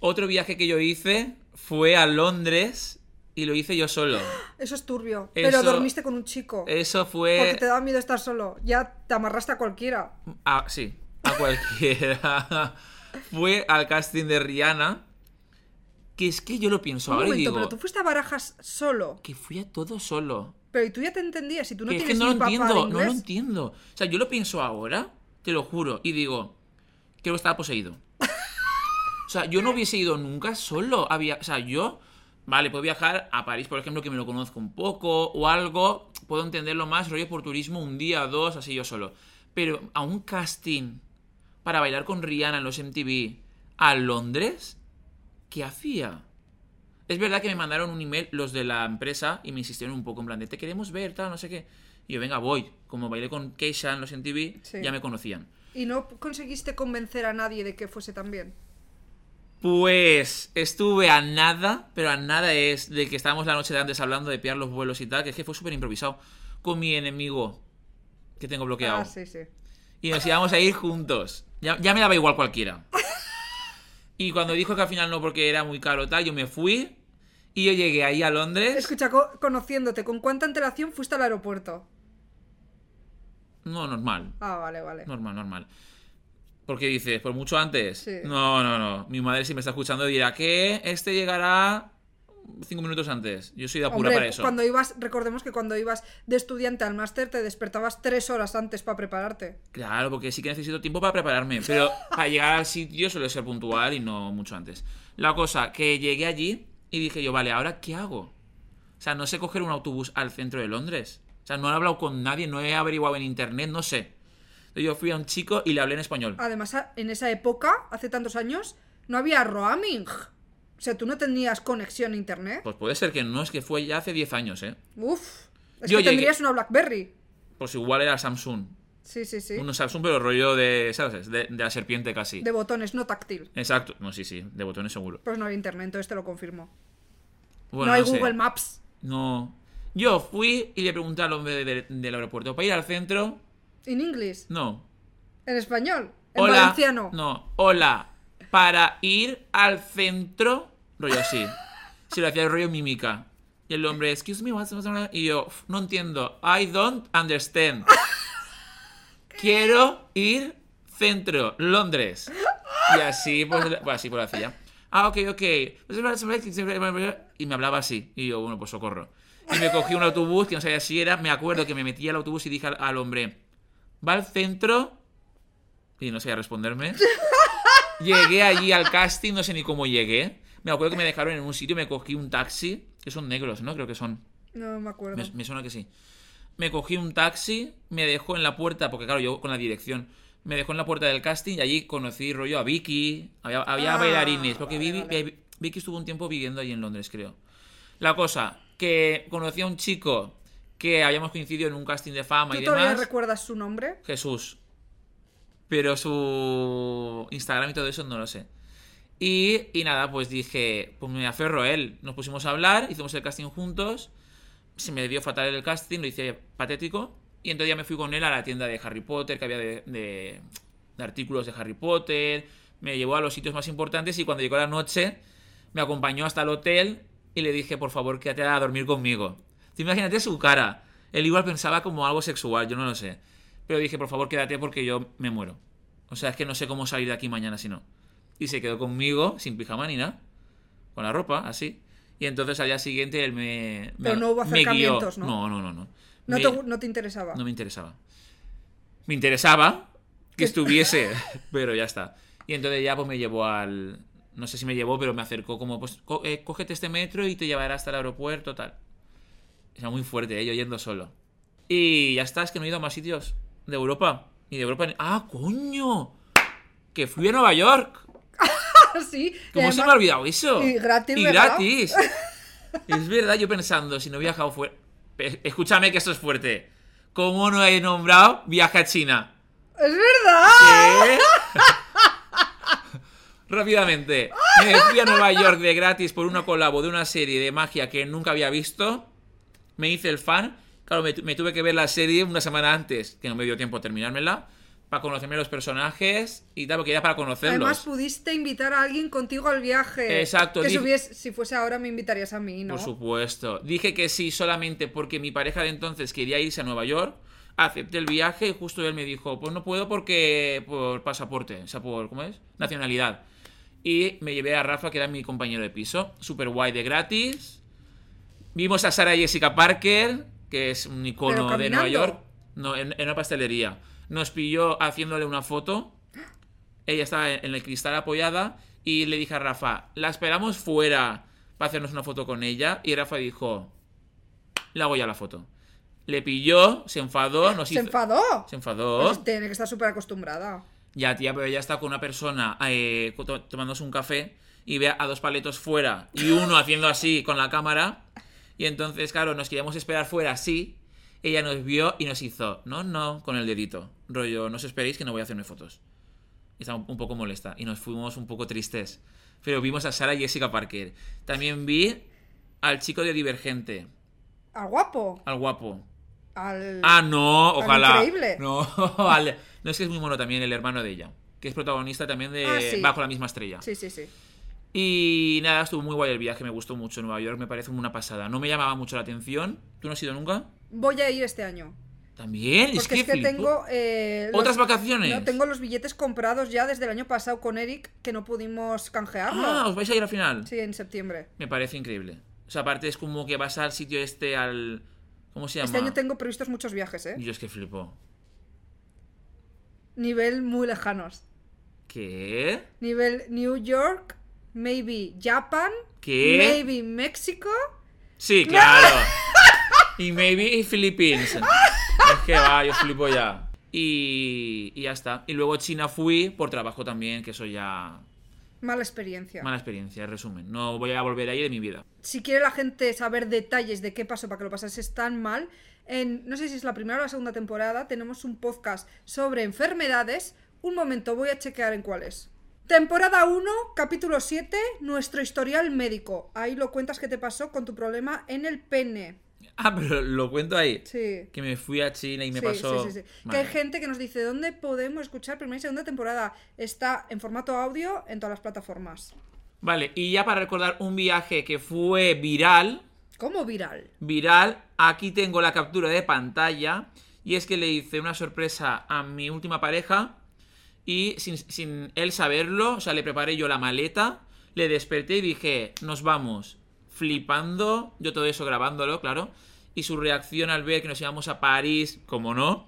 Otro viaje que yo hice fue a Londres y lo hice yo solo.
Eso es turbio.
Eso-
Pero dormiste con un chico.
Eso
Porque
fue...
te daba miedo estar solo. Ya te amarraste a cualquiera.
Ah, sí, a cualquiera. fue al casting de Rihanna. Que es que yo lo pienso
Un
ahora
momento,
y digo...
pero tú fuiste a Barajas solo.
Que fui a todo solo.
Pero ¿y tú ya te entendías? Si tú no
Que es
tienes
que no
ni
lo
papá de
entiendo, no lo
inglés.
entiendo. O sea, yo lo pienso ahora, te lo juro, y digo, creo que estaba poseído. O sea, yo no hubiese ido nunca solo. Había, o sea, yo, vale, puedo viajar a París, por ejemplo, que me lo conozco un poco o algo, puedo entenderlo más, rollo por turismo, un día, dos, así yo solo. Pero a un casting para bailar con Rihanna en los MTV a Londres, ¿qué hacía? Es verdad que me mandaron un email los de la empresa y me insistieron un poco en plan de te queremos ver, tal, no sé qué. Y yo, venga, voy. Como bailé con Keisha en los MTV,
Sí.
ya me conocían.
y no conseguiste convencer a nadie de que fuese tan bien.
Pues estuve a nada, pero a nada es de que estábamos la noche de antes hablando de pillar los vuelos y tal, que es que fue súper improvisado con mi enemigo que tengo bloqueado.
Ah, sí, sí.
Y nos íbamos a ir juntos. Ya, ya me daba igual cualquiera. Y cuando dijo que al final no porque era muy caro tal, yo me fui y yo llegué ahí a Londres.
Escucha, co- conociéndote, ¿con cuánta antelación fuiste al aeropuerto?
No, normal.
Ah, vale, vale.
Normal, normal. Porque dices, por mucho antes.
Sí.
No, no, no. Mi madre si me está escuchando dirá que este llegará cinco minutos antes. Yo soy de apura
Hombre,
para eso.
cuando ibas, recordemos que cuando ibas de estudiante al máster te despertabas tres horas antes para prepararte.
Claro, porque sí que necesito tiempo para prepararme, pero para llegar al sitio suele ser puntual y no mucho antes. La cosa, que llegué allí y dije yo, vale, ¿ahora qué hago? O sea, no sé coger un autobús al centro de Londres. O sea, no he hablado con nadie, no he averiguado en internet, no sé. Entonces yo fui a un chico y le hablé en español.
Además, a- en esa época, hace tantos años, no había roaming. O sea, tú no tenías conexión a internet.
Pues puede ser que no, es que fue ya hace 10 años, ¿eh?
Uf. Es
Yo
que
llegué-
tendrías una Blackberry.
Pues igual era Samsung.
Sí, sí, sí.
Un Samsung, pero rollo de, ¿sabes? De, de la serpiente casi.
De botones, no táctil.
Exacto. No, sí, sí, de botones seguro.
Pues no había internet, entonces te lo confirmo.
Bueno,
no hay
sé.
Google Maps.
No. Yo fui y le pregunté al hombre de- de- del aeropuerto, ¿para ir al centro?
¿En inglés?
No.
¿En español? ¿En
hola.
valenciano?
No, hola. ¿Para ir al centro? Rollo así. Se lo hacía el rollo mímica. Y el hombre, excuse me, what's- what's- Y yo, "Uf, no entiendo. I don't understand. Quiero ir centro, Londres. Y así, pues, pues así pues lo hacía. Ah, ok, ok. Y me hablaba así. Y yo, bueno, pues socorro. Y me cogí un autobús que no sabía si era. Me acuerdo que me metí al autobús y dije al, al hombre, ¿va al centro? Y no sabía responderme. Llegué allí al casting, no sé ni cómo llegué. Me acuerdo que me dejaron en un sitio, me cogí un taxi, que son negros, ¿no? Creo que son.
No me acuerdo.
Me, me suena que sí. Me cogí un taxi, me dejó en la puerta, porque claro, yo con la dirección. Me dejó en la puerta del casting y allí conocí rollo a Vicky. Había, había
Ah,
bailarines, porque
vale,
Vivi-
vale.
Vi- Vicky estuvo un tiempo viviendo allí en Londres, creo. La cosa, que conocí a un chico que habíamos coincidido en un casting de fama
¿Tú
y
todavía
demás.
recuerdas su nombre?
Jesús. Pero su Instagram y todo eso no lo sé. Y, y nada, pues dije, pues me aferro a él. Nos pusimos a hablar, hicimos el casting juntos. Se me dio fatal el casting, lo hice patético. Y entonces ya me fui con él a la tienda de Harry Potter, que había de, de- de artículos de Harry Potter. Me llevó a los sitios más importantes y cuando llegó la noche me acompañó hasta el hotel y le dije, por favor, quédate a dormir conmigo. Tú imagínate su cara. Él igual pensaba como algo sexual, yo no lo sé. Pero dije, por favor, quédate porque yo me muero. O sea, es que no sé cómo salir de aquí mañana si no. Y se quedó conmigo, sin pijama ni nada, con la ropa, así. Y entonces al día siguiente él me. me-
Pero no hubo
me
acercamientos,
guió.
¿no?
No, no, no. No,
No,
Me-
te, gu- no te interesaba.
no me interesaba. Me interesaba que estuviese, pero ya está. Y entonces ya pues me llevó al... No sé si me llevó, pero me acercó como, pues, co- eh, cógete este metro y te llevará hasta el aeropuerto, tal. Era muy fuerte, ¿eh? yo yendo solo. Y ya está, es que no he ido a más sitios de Europa. Y de Europa... ni- ¡Ah, coño! Que fui a Nueva York.
Ah, sí. y
¿Cómo se
además-
me ha olvidado eso?
y gratis,
Y
¿verdad?
gratis. es verdad, yo pensando, si no he viajado fuera. Escúchame que esto es fuerte. ¿Cómo no he nombrado viaje a China?
¡Es verdad!
¿Qué? Rápidamente. Me fui a Nueva York de gratis por una colabo de una serie de magia que nunca había visto. Me hice el fan. Claro, me, tu- me tuve que ver la serie una semana antes, que no me dio tiempo a terminármela. Para conocerme los personajes y tal, porque era para conocerlos.
Además, pudiste invitar a alguien contigo al viaje.
Exacto,
Que
dije-
si, hubies- si fuese ahora me invitarías a mí, ¿no?
Por supuesto. Dije que sí solamente porque mi pareja de entonces quería irse a Nueva York. Acepté el viaje y justo él me dijo, pues no puedo porque por pasaporte, o sea, por, ¿cómo es? Nacionalidad. Y me llevé a Rafa, que era mi compañero de piso, super guay de gratis. Vimos a Sara Jessica Parker, que es un icono de Nueva
caminando.
York, no, en, en una pastelería. Nos pilló haciéndole una foto. Ella estaba en en el cristal apoyada y le dije a Rafa, la esperamos fuera para hacernos una foto con ella. Y Rafa dijo, le hago ya la foto. Le pilló, se enfadó, nos
¿Se
hizo-
enfadó?
Se enfadó.
Pues tiene que estar súper acostumbrada.
Ya, tía, pero ella está con una persona eh, co- to- tomándose un café y ve a dos paletos fuera y uno haciendo así con la cámara. Y entonces, claro, nos queríamos esperar fuera así. Ella nos vio y nos hizo, no, no, con el dedito. Rollo, no os esperéis que no voy a hacerme fotos. Y estaba un poco molesta y nos fuimos un poco tristes. Pero vimos a Sara Jessica Parker. También vi al chico de Divergente,
Al guapo.
al guapo.
Al...
Ah, no, ojalá.
increíble.
No, al- no es que es muy mono también el hermano de ella, que es protagonista también de
Ah, sí.
Bajo la misma estrella.
Sí, sí, sí.
Y nada, estuvo muy guay el viaje, me gustó mucho Nueva York, me parece una pasada. No me llamaba mucho la atención. ¿Tú no has ido nunca?
Voy a ir este año.
También, es
Porque
que,
es que
flipo.
tengo. eh,
¿Otras vacaciones?
No, tengo los billetes comprados ya desde el año pasado con Eric que no pudimos canjearlo.
Ah, os vais a ir al final.
Sí, en septiembre.
Me parece increíble. O sea, aparte es como que vas al sitio este al ¿cómo se llama?
Este año tengo previstos muchos viajes, ¿eh?
Yo es que flipo.
Nivel muy lejanos.
¿Qué?
Nivel New York, maybe Japan,
¿Qué?
maybe México.
Sí, claro. Y maybe Philippines. Es que va, yo flipo ya. Y, y ya está. Y luego China fui por trabajo también, que eso ya.
Mala experiencia.
Mala experiencia, resumen. No voy a volver ahí de mi vida.
Si quiere la gente saber detalles de qué pasó para que lo pasases tan mal, en no sé si es la primera o la segunda temporada, tenemos un podcast sobre enfermedades. Un momento, voy a chequear en cuál es. Temporada 1, capítulo 7, nuestro historial médico. Ahí lo cuentas que te pasó con tu problema en el pene.
Ah, pero lo cuento ahí.
Sí.
Que me fui a China y me
Sí,
pasó.
sí, sí, sí. Que
Vale.
hay gente que nos dice dónde podemos escuchar primera y segunda temporada. Está en formato audio en todas las plataformas.
Vale, y ya para recordar un viaje que fue viral,
¿Cómo viral?
viral. Aquí tengo la captura de pantalla. Y es que le hice una sorpresa a mi última pareja. Y sin, sin él saberlo, o sea, le preparé yo la maleta. Le desperté y dije, nos vamos. Flipando. Yo todo eso grabándolo, claro. Y su reacción al ver que nos íbamos a París, como no.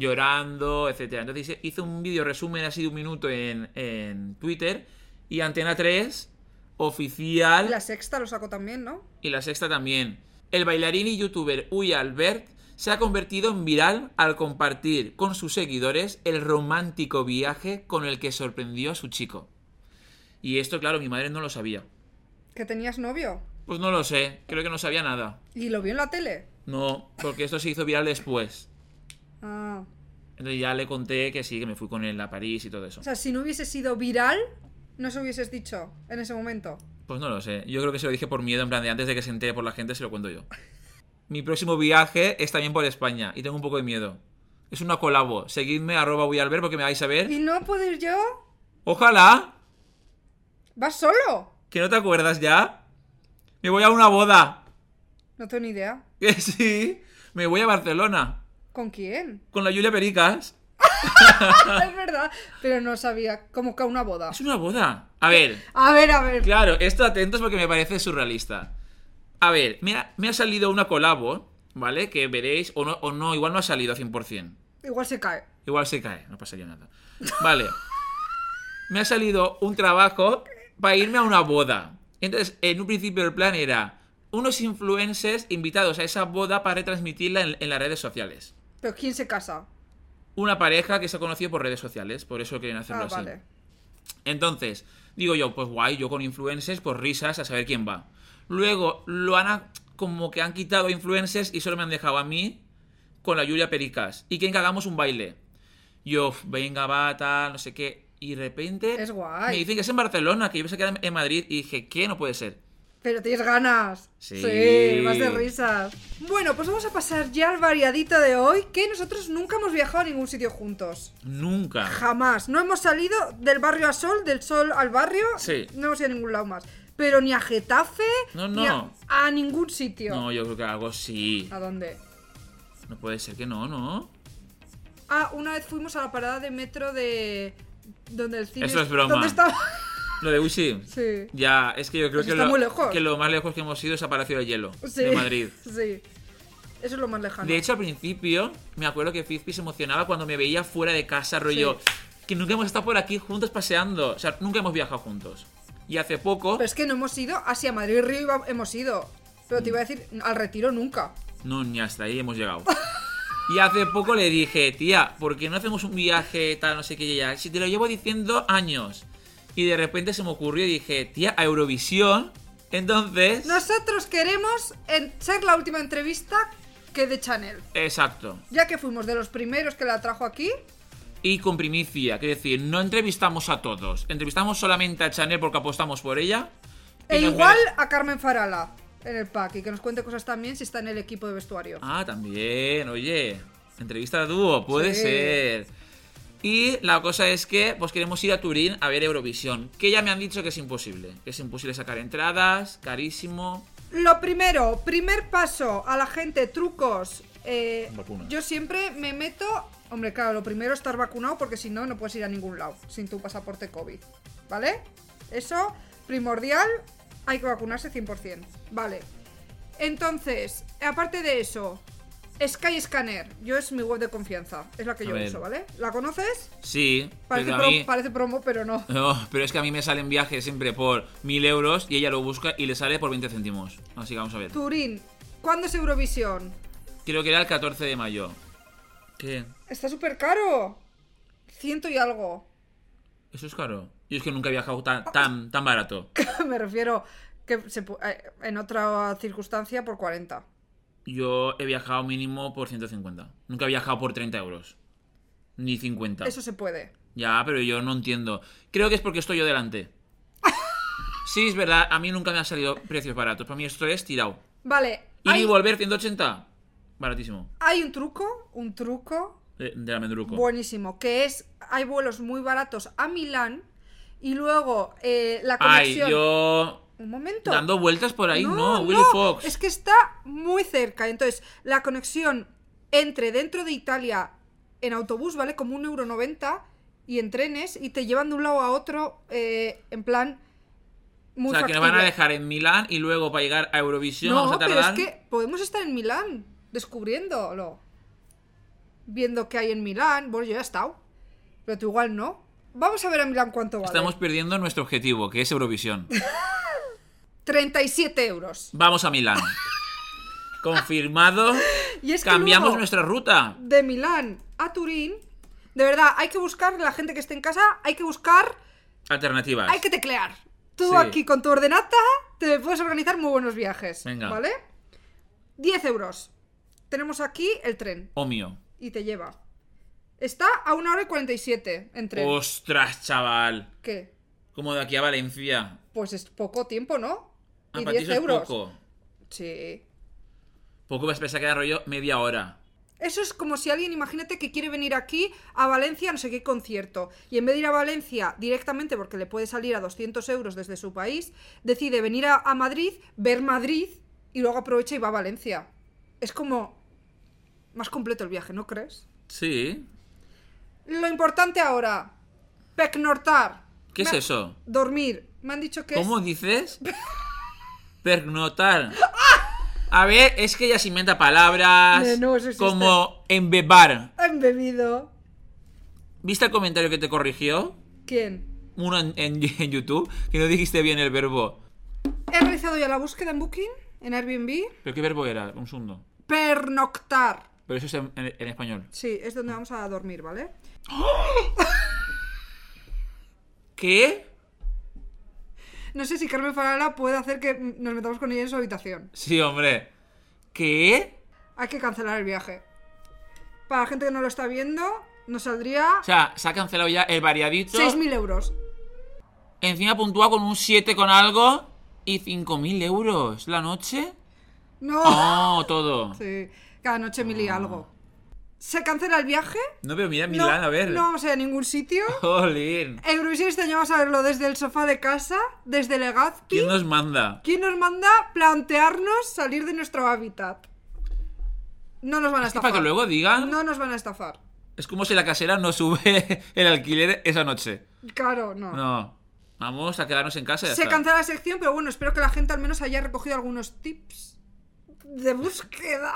Llorando, etcétera. Entonces hice un vídeo resumen así de un minuto en, en Twitter. Y Antena 3, oficial.
Y la sexta lo sacó también, ¿no?
Y la sexta también. El bailarín y youtuber Uy Albert se ha convertido en viral al compartir con sus seguidores el romántico viaje con el que sorprendió a su chico. Y esto, claro, mi madre no lo sabía.
Que tenías novio.
Pues no lo sé, creo que no sabía nada.
Y lo vio en la tele.
No, porque esto se hizo viral después.
Ah.
Entonces ya le conté que sí, que me fui con él a París y todo eso.
O sea, si no hubiese sido viral, no se hubieses dicho en ese momento.
Pues no lo sé. Yo creo que se lo dije por miedo, en plan de antes de que se entere por la gente, se lo cuento yo. Mi próximo viaje es también por España y tengo un poco de miedo. Es una colabo. Seguidme arroba voy al ver porque me vais a ver.
¿Y no puedo ir yo?
Ojalá,
¿Vas solo?
que no te acuerdas ya. Me voy a una boda.
No tengo ni idea.
Que sí. Me voy a Barcelona.
¿Con quién?
Con la Julia Pericas.
es verdad, pero no sabía. Como que a una boda.
Es una boda. A ver.
A ver, a ver.
Claro, esto atentos porque me parece surrealista. A ver, me ha, me ha salido una colabo, ¿vale? Que veréis, o no, o no, igual no ha salido a 100%.
Igual se cae.
Igual se cae, no pasaría nada. Vale. Me ha salido un trabajo para irme a una boda. Entonces, en un principio el plan era unos influencers invitados a esa boda para retransmitirla en, en las redes sociales.
¿Pero quién se casa?
Una pareja que se ha conocido por redes sociales, por eso quieren hacerlo
Ah,
así.
vale.
Entonces, digo yo, pues guay, yo con influencers, pues risas, a saber quién va. Luego, lo han a- como que han quitado influencers y solo me han dejado a mí con la Julia Pericas. Y quieren que hagamos un baile. Yo, "Uf, venga, va, tal, no sé qué. Y de repente
Es guay.
me dicen que es en Barcelona, que yo pensé que era en- en Madrid. Y dije, ¿qué? No puede ser.
Pero tienes ganas.
Sí.
más de risas. Bueno, pues vamos a pasar ya al variadito de hoy, que nosotros nunca hemos viajado a ningún sitio juntos.
Nunca.
Jamás. No hemos salido del barrio a sol, del sol al barrio.
Sí.
No hemos ido a ningún lado más. Pero ni a Getafe,
No,
ni
no.
a, a ningún sitio.
No, yo creo que algo sí.
¿A dónde?
No puede ser que no, ¿no?
Ah, una vez fuimos a la parada de metro de. Donde el cine.
Eso es broma.
¿Dónde estaba?
Lo de Uchi.
sí.
Ya, es que yo creo
Pues
que
está
lo,
muy lejos.
que lo más lejos que hemos ido es a Palacio de Hielo,
sí.
de Madrid.
Sí. Eso es lo más lejano.
De hecho, al principio, me acuerdo que Fizpi se emocionaba cuando me veía fuera de casa, rollo. Que nunca hemos estado por aquí juntos paseando. O sea, nunca hemos viajado juntos. Y hace poco.
Pero es que no hemos ido hacia Madrid Río iba- hemos ido. Pero te iba a decir, al retiro nunca.
No, ni hasta ahí hemos llegado. Y hace poco le dije, tía, ¿por qué no hacemos un viaje tal, no sé qué, y ella, Si te lo llevo diciendo años. Y de repente se me ocurrió y dije, tía, a Eurovisión. Entonces.
Nosotros queremos en ser la última entrevista que de Chanel.
Exacto.
Ya que fuimos de los primeros que la trajo aquí,
Y con primicia, que decir, no entrevistamos a todos, entrevistamos solamente a Chanel porque apostamos por ella. y
e
nos
igual
mere-
a Carmen Farala en el pack y que nos cuente cosas también si está en el equipo de vestuario.
Ah, también, oye. Entrevista a dúo, puede
Sí.
ser. Y la cosa es que pues queremos ir a Turín a ver Eurovisión, que ya me han dicho que es imposible, que es imposible sacar entradas, carísimo.
Lo primero, primer paso a la gente, trucos. eh,
Vacunas.
yo siempre me meto. Hombre, claro, lo primero es estar vacunado porque si no, no puedes ir a ningún lado sin tu pasaporte COVID. ¿Vale? Eso, primordial, hay que vacunarse 100%. Vale. Entonces, aparte de eso, Sky Scanner, yo es mi web de confianza, es la que
A
yo
ver.
uso, ¿vale? ¿La conoces?
Sí,
Parece,
pero a
pro-
mí-
parece promo, pero no.
No, pero es que a mí me salen viajes siempre por 1000 euros y ella lo busca y le sale por 20 céntimos. Así que vamos a ver.
Turín, ¿cuándo es Eurovisión?
Creo que era el 14 de mayo. ¿Qué?
Está súper caro. Ciento y algo.
Eso es caro. Yo es que nunca he viajado tan,
Ah,
tan, tan barato.
Me refiero que se pu- eh, en otra circunstancia por 40.
Yo he viajado mínimo por 150. Nunca he viajado por 30 euros. Ni 50.
Eso se puede.
Ya, pero yo no entiendo. Creo que es porque estoy yo delante. Sí, es verdad. A mí nunca me han salido precios baratos. Para mí esto es tirado.
Vale.
Ir y
Hay,
volver 180. Baratísimo.
hay un truco, un truco
De, de la Mendruco.
buenísimo, que es, hay vuelos muy baratos a Milán y luego eh, la
Ay,
conexión...
yo...
Un momento.
Dando vueltas por ahí, no, Willy Fox.
Es que está muy cerca. Entonces, la conexión entre dentro de Italia en autobús vale como un euro noventa y en trenes y te llevan de un lado a otro eh, en plan muy
o sea, que
factible.
nos van a dejar en Milán y luego para llegar a Eurovisión
No,
vamos a
pero es
tardar.
que podemos estar en Milán descubriéndolo. Viendo qué hay en Milán. Bueno, yo ya he estado. Pero tú igual no. Vamos a ver a Milán cuánto vale.
Estamos perdiendo nuestro objetivo, que es Eurovisión.
37 euros.
Vamos a Milán. Confirmado.
Y es que
Cambiamos
luego-
nuestra ruta.
de Milán a Turín. De verdad, hay que buscar, la gente que esté en casa, hay que buscar,
Alternativas.
hay que teclear. Tú
Sí.
aquí con tu ordenata te puedes organizar muy buenos viajes.
Venga.
¿Vale? 10 euros. Tenemos aquí el tren
Omio.
y te lleva. Está a una hora y 47 en tren.
Ostras, chaval.
¿Qué?
Como de aquí a Valencia.
Pues es poco tiempo, ¿no?
Ah,
y
para ti
10
eso es
euros.
poco.
Sí.
Poco vas a pensar que era rollo media hora.
Eso es como si alguien, imagínate que quiere venir aquí a Valencia, a no sé qué concierto, y en vez de ir a Valencia directamente, porque le puede salir a 200 euros desde su país, decide venir a, a Madrid, ver Madrid, y luego aprovecha y va a Valencia. Es como más completo el viaje, ¿no crees?
Sí.
Lo importante ahora, pecnortar.
¿Qué es
Me-
eso?
Dormir. Me han dicho que es-
¿Cómo dices? Pernotar. A ver, es que ella se inventa palabras
No, no, eso este. existe.
como embebar.
han bebido.
¿Viste el comentario que te corrigió?
¿Quién?
Uno en, en- en YouTube, que no dijiste bien el verbo.
He realizado ya la búsqueda en Booking, en Airbnb.
¿Pero qué verbo era? Un segundo.
Pernoctar.
Pero eso es en, en- en español.
Sí, es donde vamos a dormir, ¿vale?
¿Qué?
No sé si Carmen Farala puede hacer que nos metamos con ella en su habitación.
Sí, hombre. ¿Qué?
Hay que cancelar el viaje. Para la gente que no lo está viendo, nos saldría
O sea, se ha cancelado ya el variadito.
6.000 euros.
Encima puntúa con un 7 con algo y 5.000 euros la noche.
No.
Oh, todo.
Sí, cada noche mil
Ah.
y algo. ¿Se cancela el viaje?
No, pero mira
No,
Milán, a ver.
No vamos a ir a ningún sitio.
Jolín.
Eurovisión este año vamos a verlo desde el sofá de casa, desde Legazpi.
¿Quién nos manda?
¿Quién nos manda plantearnos salir de nuestro hábitat? No nos van a
Es que para
estafar.
que luego digan.
No nos van a estafar.
Es como si la casera no sube el alquiler esa noche.
Claro, no.
No. Vamos a quedarnos en casa. y ya
Se
está.
cancela la sección, pero bueno, espero que la gente al menos haya recogido algunos tips de búsqueda.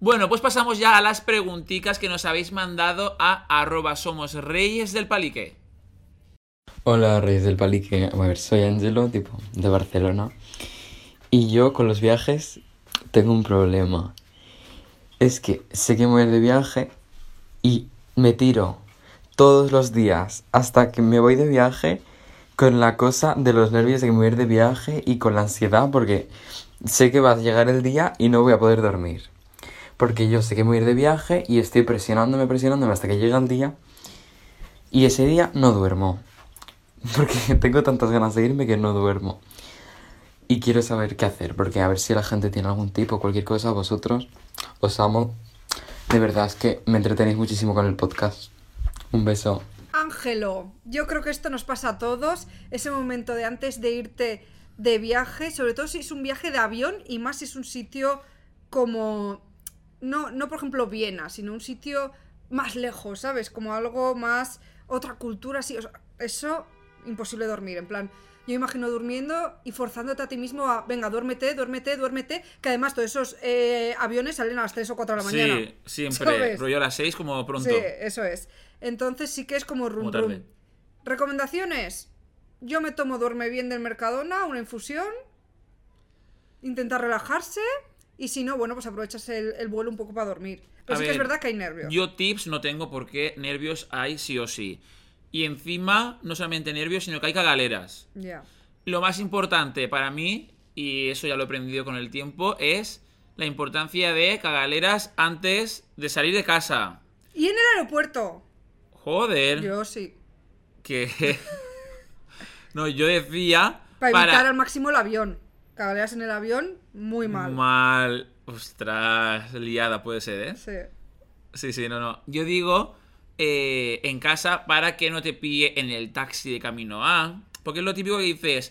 Bueno, pues pasamos ya a las preguntitas que nos habéis mandado a arroba somos reyes del palique.
Hola, Reyes del Palique. A ver, soy Angelo, tipo, de Barcelona. Y yo con los viajes tengo un problema. Es que sé que me voy de viaje y me tiro todos los días hasta que me voy de viaje con la cosa de los nervios de que me voy a ir de viaje y con la ansiedad porque sé que va a llegar el día y no voy a poder dormir. Porque yo sé que me voy a ir de viaje y estoy presionándome, presionándome hasta que llega el día. Y ese día no duermo. Porque tengo tantas ganas de irme que no duermo. Y quiero saber qué hacer, porque a ver si la gente tiene algún tipo, cualquier cosa, vosotros os amo. De verdad es que me entretenéis muchísimo con el podcast. Un beso.
Ángelo, yo creo que esto nos pasa a todos, ese momento de antes de irte de viaje, sobre todo si es un viaje de avión y más si es un sitio como, no, no por ejemplo Viena, sino un sitio más lejos, ¿sabes? Como algo más, otra cultura, así, o sea, eso, imposible dormir, en plan, yo imagino durmiendo y forzándote a ti mismo a, venga, duérmete, duérmete, duérmete, que además todos esos eh, aviones salen a las 3 o 4 de la mañana.
Sí, siempre.
¿sabes?
Rollo a las 6 como pronto.
Sí, eso es. Entonces sí que es como rum
Como tarde.
rum. Recomendaciones. Yo me tomo duerme bien del Mercadona, una infusión, intentar relajarse y si no, bueno, pues aprovechas el, el vuelo un poco para dormir. Pero
A
sí que pues es
ver,
verdad que hay nervios.
Yo tips no tengo porque nervios hay sí o sí. Y encima, no solamente nervios, sino que hay cagaleras.
Ya.
Lo más importante para mí, y eso ya lo he aprendido con el tiempo, es la importancia de cagaleras antes de salir de casa.
Y en el aeropuerto.
Joder,
Yo sí.
que... no, yo decía...
Para evitar al máximo el avión. Cagaleas en el avión, muy mal.
Mal. Ostras, liada puede ser, ¿eh?
Sí.
Sí, sí, no, no. Yo digo eh, en casa para que no te pille en el taxi de camino a. Porque es lo típico que dices,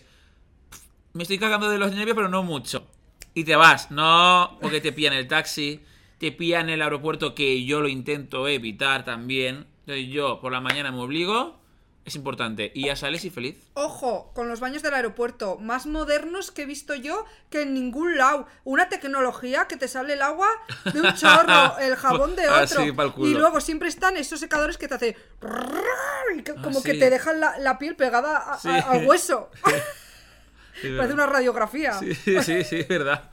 "Pf, me estoy cagando de los nervios, pero no mucho. Y te vas, no, porque te pillan en el taxi, te pillan en el aeropuerto, que yo lo intento evitar también. Entonces yo por la mañana me obligo, es importante. Y ya sales y feliz.
Ojo, con los baños del aeropuerto, más modernos que he visto yo que en ningún lado. Una tecnología que te sale el agua de un chorro, el jabón de
Así,
otro.
pa'l culo.
y luego siempre están esos secadores que te hace rrrr, y que- como que
sí.
te dejan la, la piel pegada a- a-
Sí.
al hueso. Parece
verdad.
una radiografía.
Sí, sí, sí, sí, es verdad.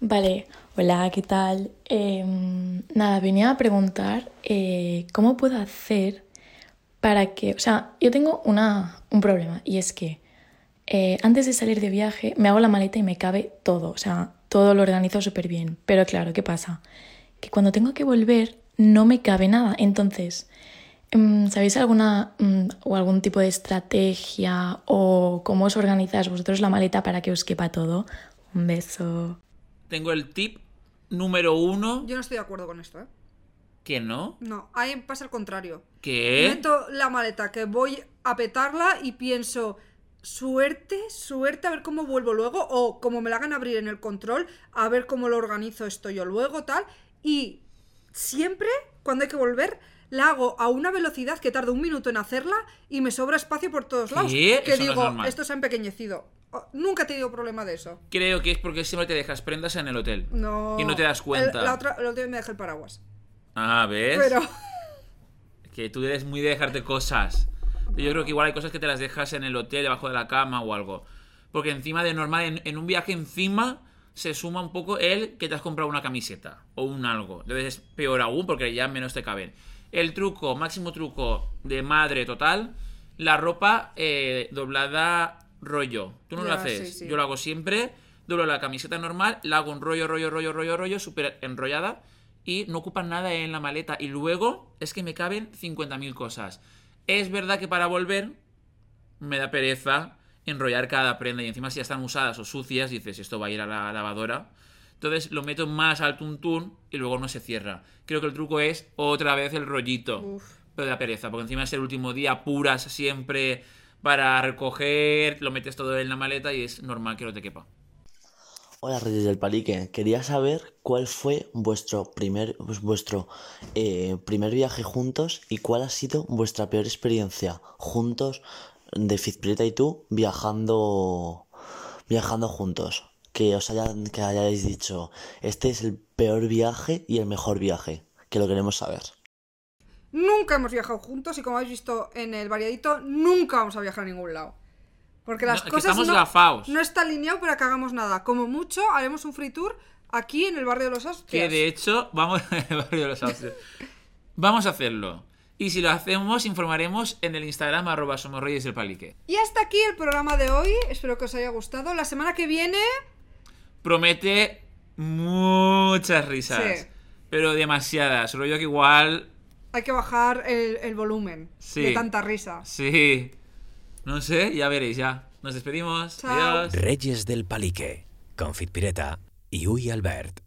Vale, hola, ¿qué tal? Em, nada, venía a preguntar eh, cómo puedo hacer para que, o sea, yo tengo una, un problema y es que eh, antes de salir de viaje me hago la maleta y me cabe todo, o sea, todo lo organizo súper bien, pero claro, ¿qué pasa? Que cuando tengo que volver no me cabe nada, entonces, em, ¿sabéis alguna mm, o algún tipo de estrategia o cómo os organizáis vosotros la maleta para que os quepa todo? Un beso.
Tengo el tip número uno,
Yo no estoy de acuerdo con esto, ¿eh?
que no,
No, ahí pasa el contrario.
que...
Meto la maleta que voy a petarla y pienso, suerte, suerte, a ver cómo vuelvo luego, o como me la hagan abrir en el control, a ver cómo lo organizo esto yo luego, tal. Y siempre, cuando hay que volver, la hago a una velocidad que tarda un minuto en hacerla y me sobra espacio por todos lados.
¿Qué?
Que
Eso no es
digo,
normal.
esto se ha empequeñecido. Oh, Nunca he tenido problema de eso.
Creo que es porque siempre te dejas prendas en el hotel.
No.
Y no te das cuenta.
El- la otra, la última vez me dejé el paraguas.
Ah, ¿ves?
Pero.
Que tú eres muy de dejarte cosas. Yo creo que igual hay cosas que te las dejas en el hotel, debajo de la cama o algo. Porque encima de normal, en, en un viaje encima, se suma un poco el que te has comprado una camiseta o un algo. Entonces es peor aún porque ya menos te caben. El truco, máximo truco de madre total, la ropa eh, doblada rollo. Tú no lo
Ya,
haces,
sí, sí.
yo lo hago siempre. Doblo la camiseta normal, la hago un rollo, rollo, rollo, rollo, rollo, súper enrollada y no ocupan nada en la maleta. Y luego es que me caben 50.000 cosas. Es verdad que para volver me da pereza enrollar cada prenda y encima si ya están usadas o sucias, dices, esto va a ir a la lavadora. Entonces lo meto más al tuntún y luego no se cierra. Creo que el truco es otra vez el rollito.
Uf.
Pero da pereza, porque encima es el último día, apuras siempre para recoger, lo metes todo en la maleta y es normal que no te quepa.
Hola, Reyes del Palique. Quería saber cuál fue vuestro primer, pues, vuestro, eh, primer viaje juntos y cuál ha sido vuestra peor experiencia juntos de Fizpreta y tú viajando, viajando juntos. Que os hayan, que hayáis dicho, este es el peor viaje y el mejor viaje, que lo queremos saber.
Nunca hemos viajado juntos y como habéis visto en el variadito, nunca vamos a viajar a ningún lado. Porque
No,
las
es que
cosas
estamos
no,
gafaos.
no está alineado para que hagamos nada. Como mucho, haremos un free tour aquí en el barrio de los
Que
Hostias.
de hecho, vamos el barrio de los Austrias. Vamos a hacerlo. Y si lo hacemos, informaremos en el Instagram arroba somos reyes del palique.
Y hasta aquí el programa de hoy. Espero que os haya gustado. La semana que viene,
Promete muchas risas.
Sí.
Pero demasiadas. Rollo que igual.
Hay que bajar el, el volumen
Sí.
de tanta risa.
Sí. No sé, ya veréis, ya. Nos despedimos.
Chao.
Adiós.
Reyes del Palique, Confit Pireta y Uy Albert.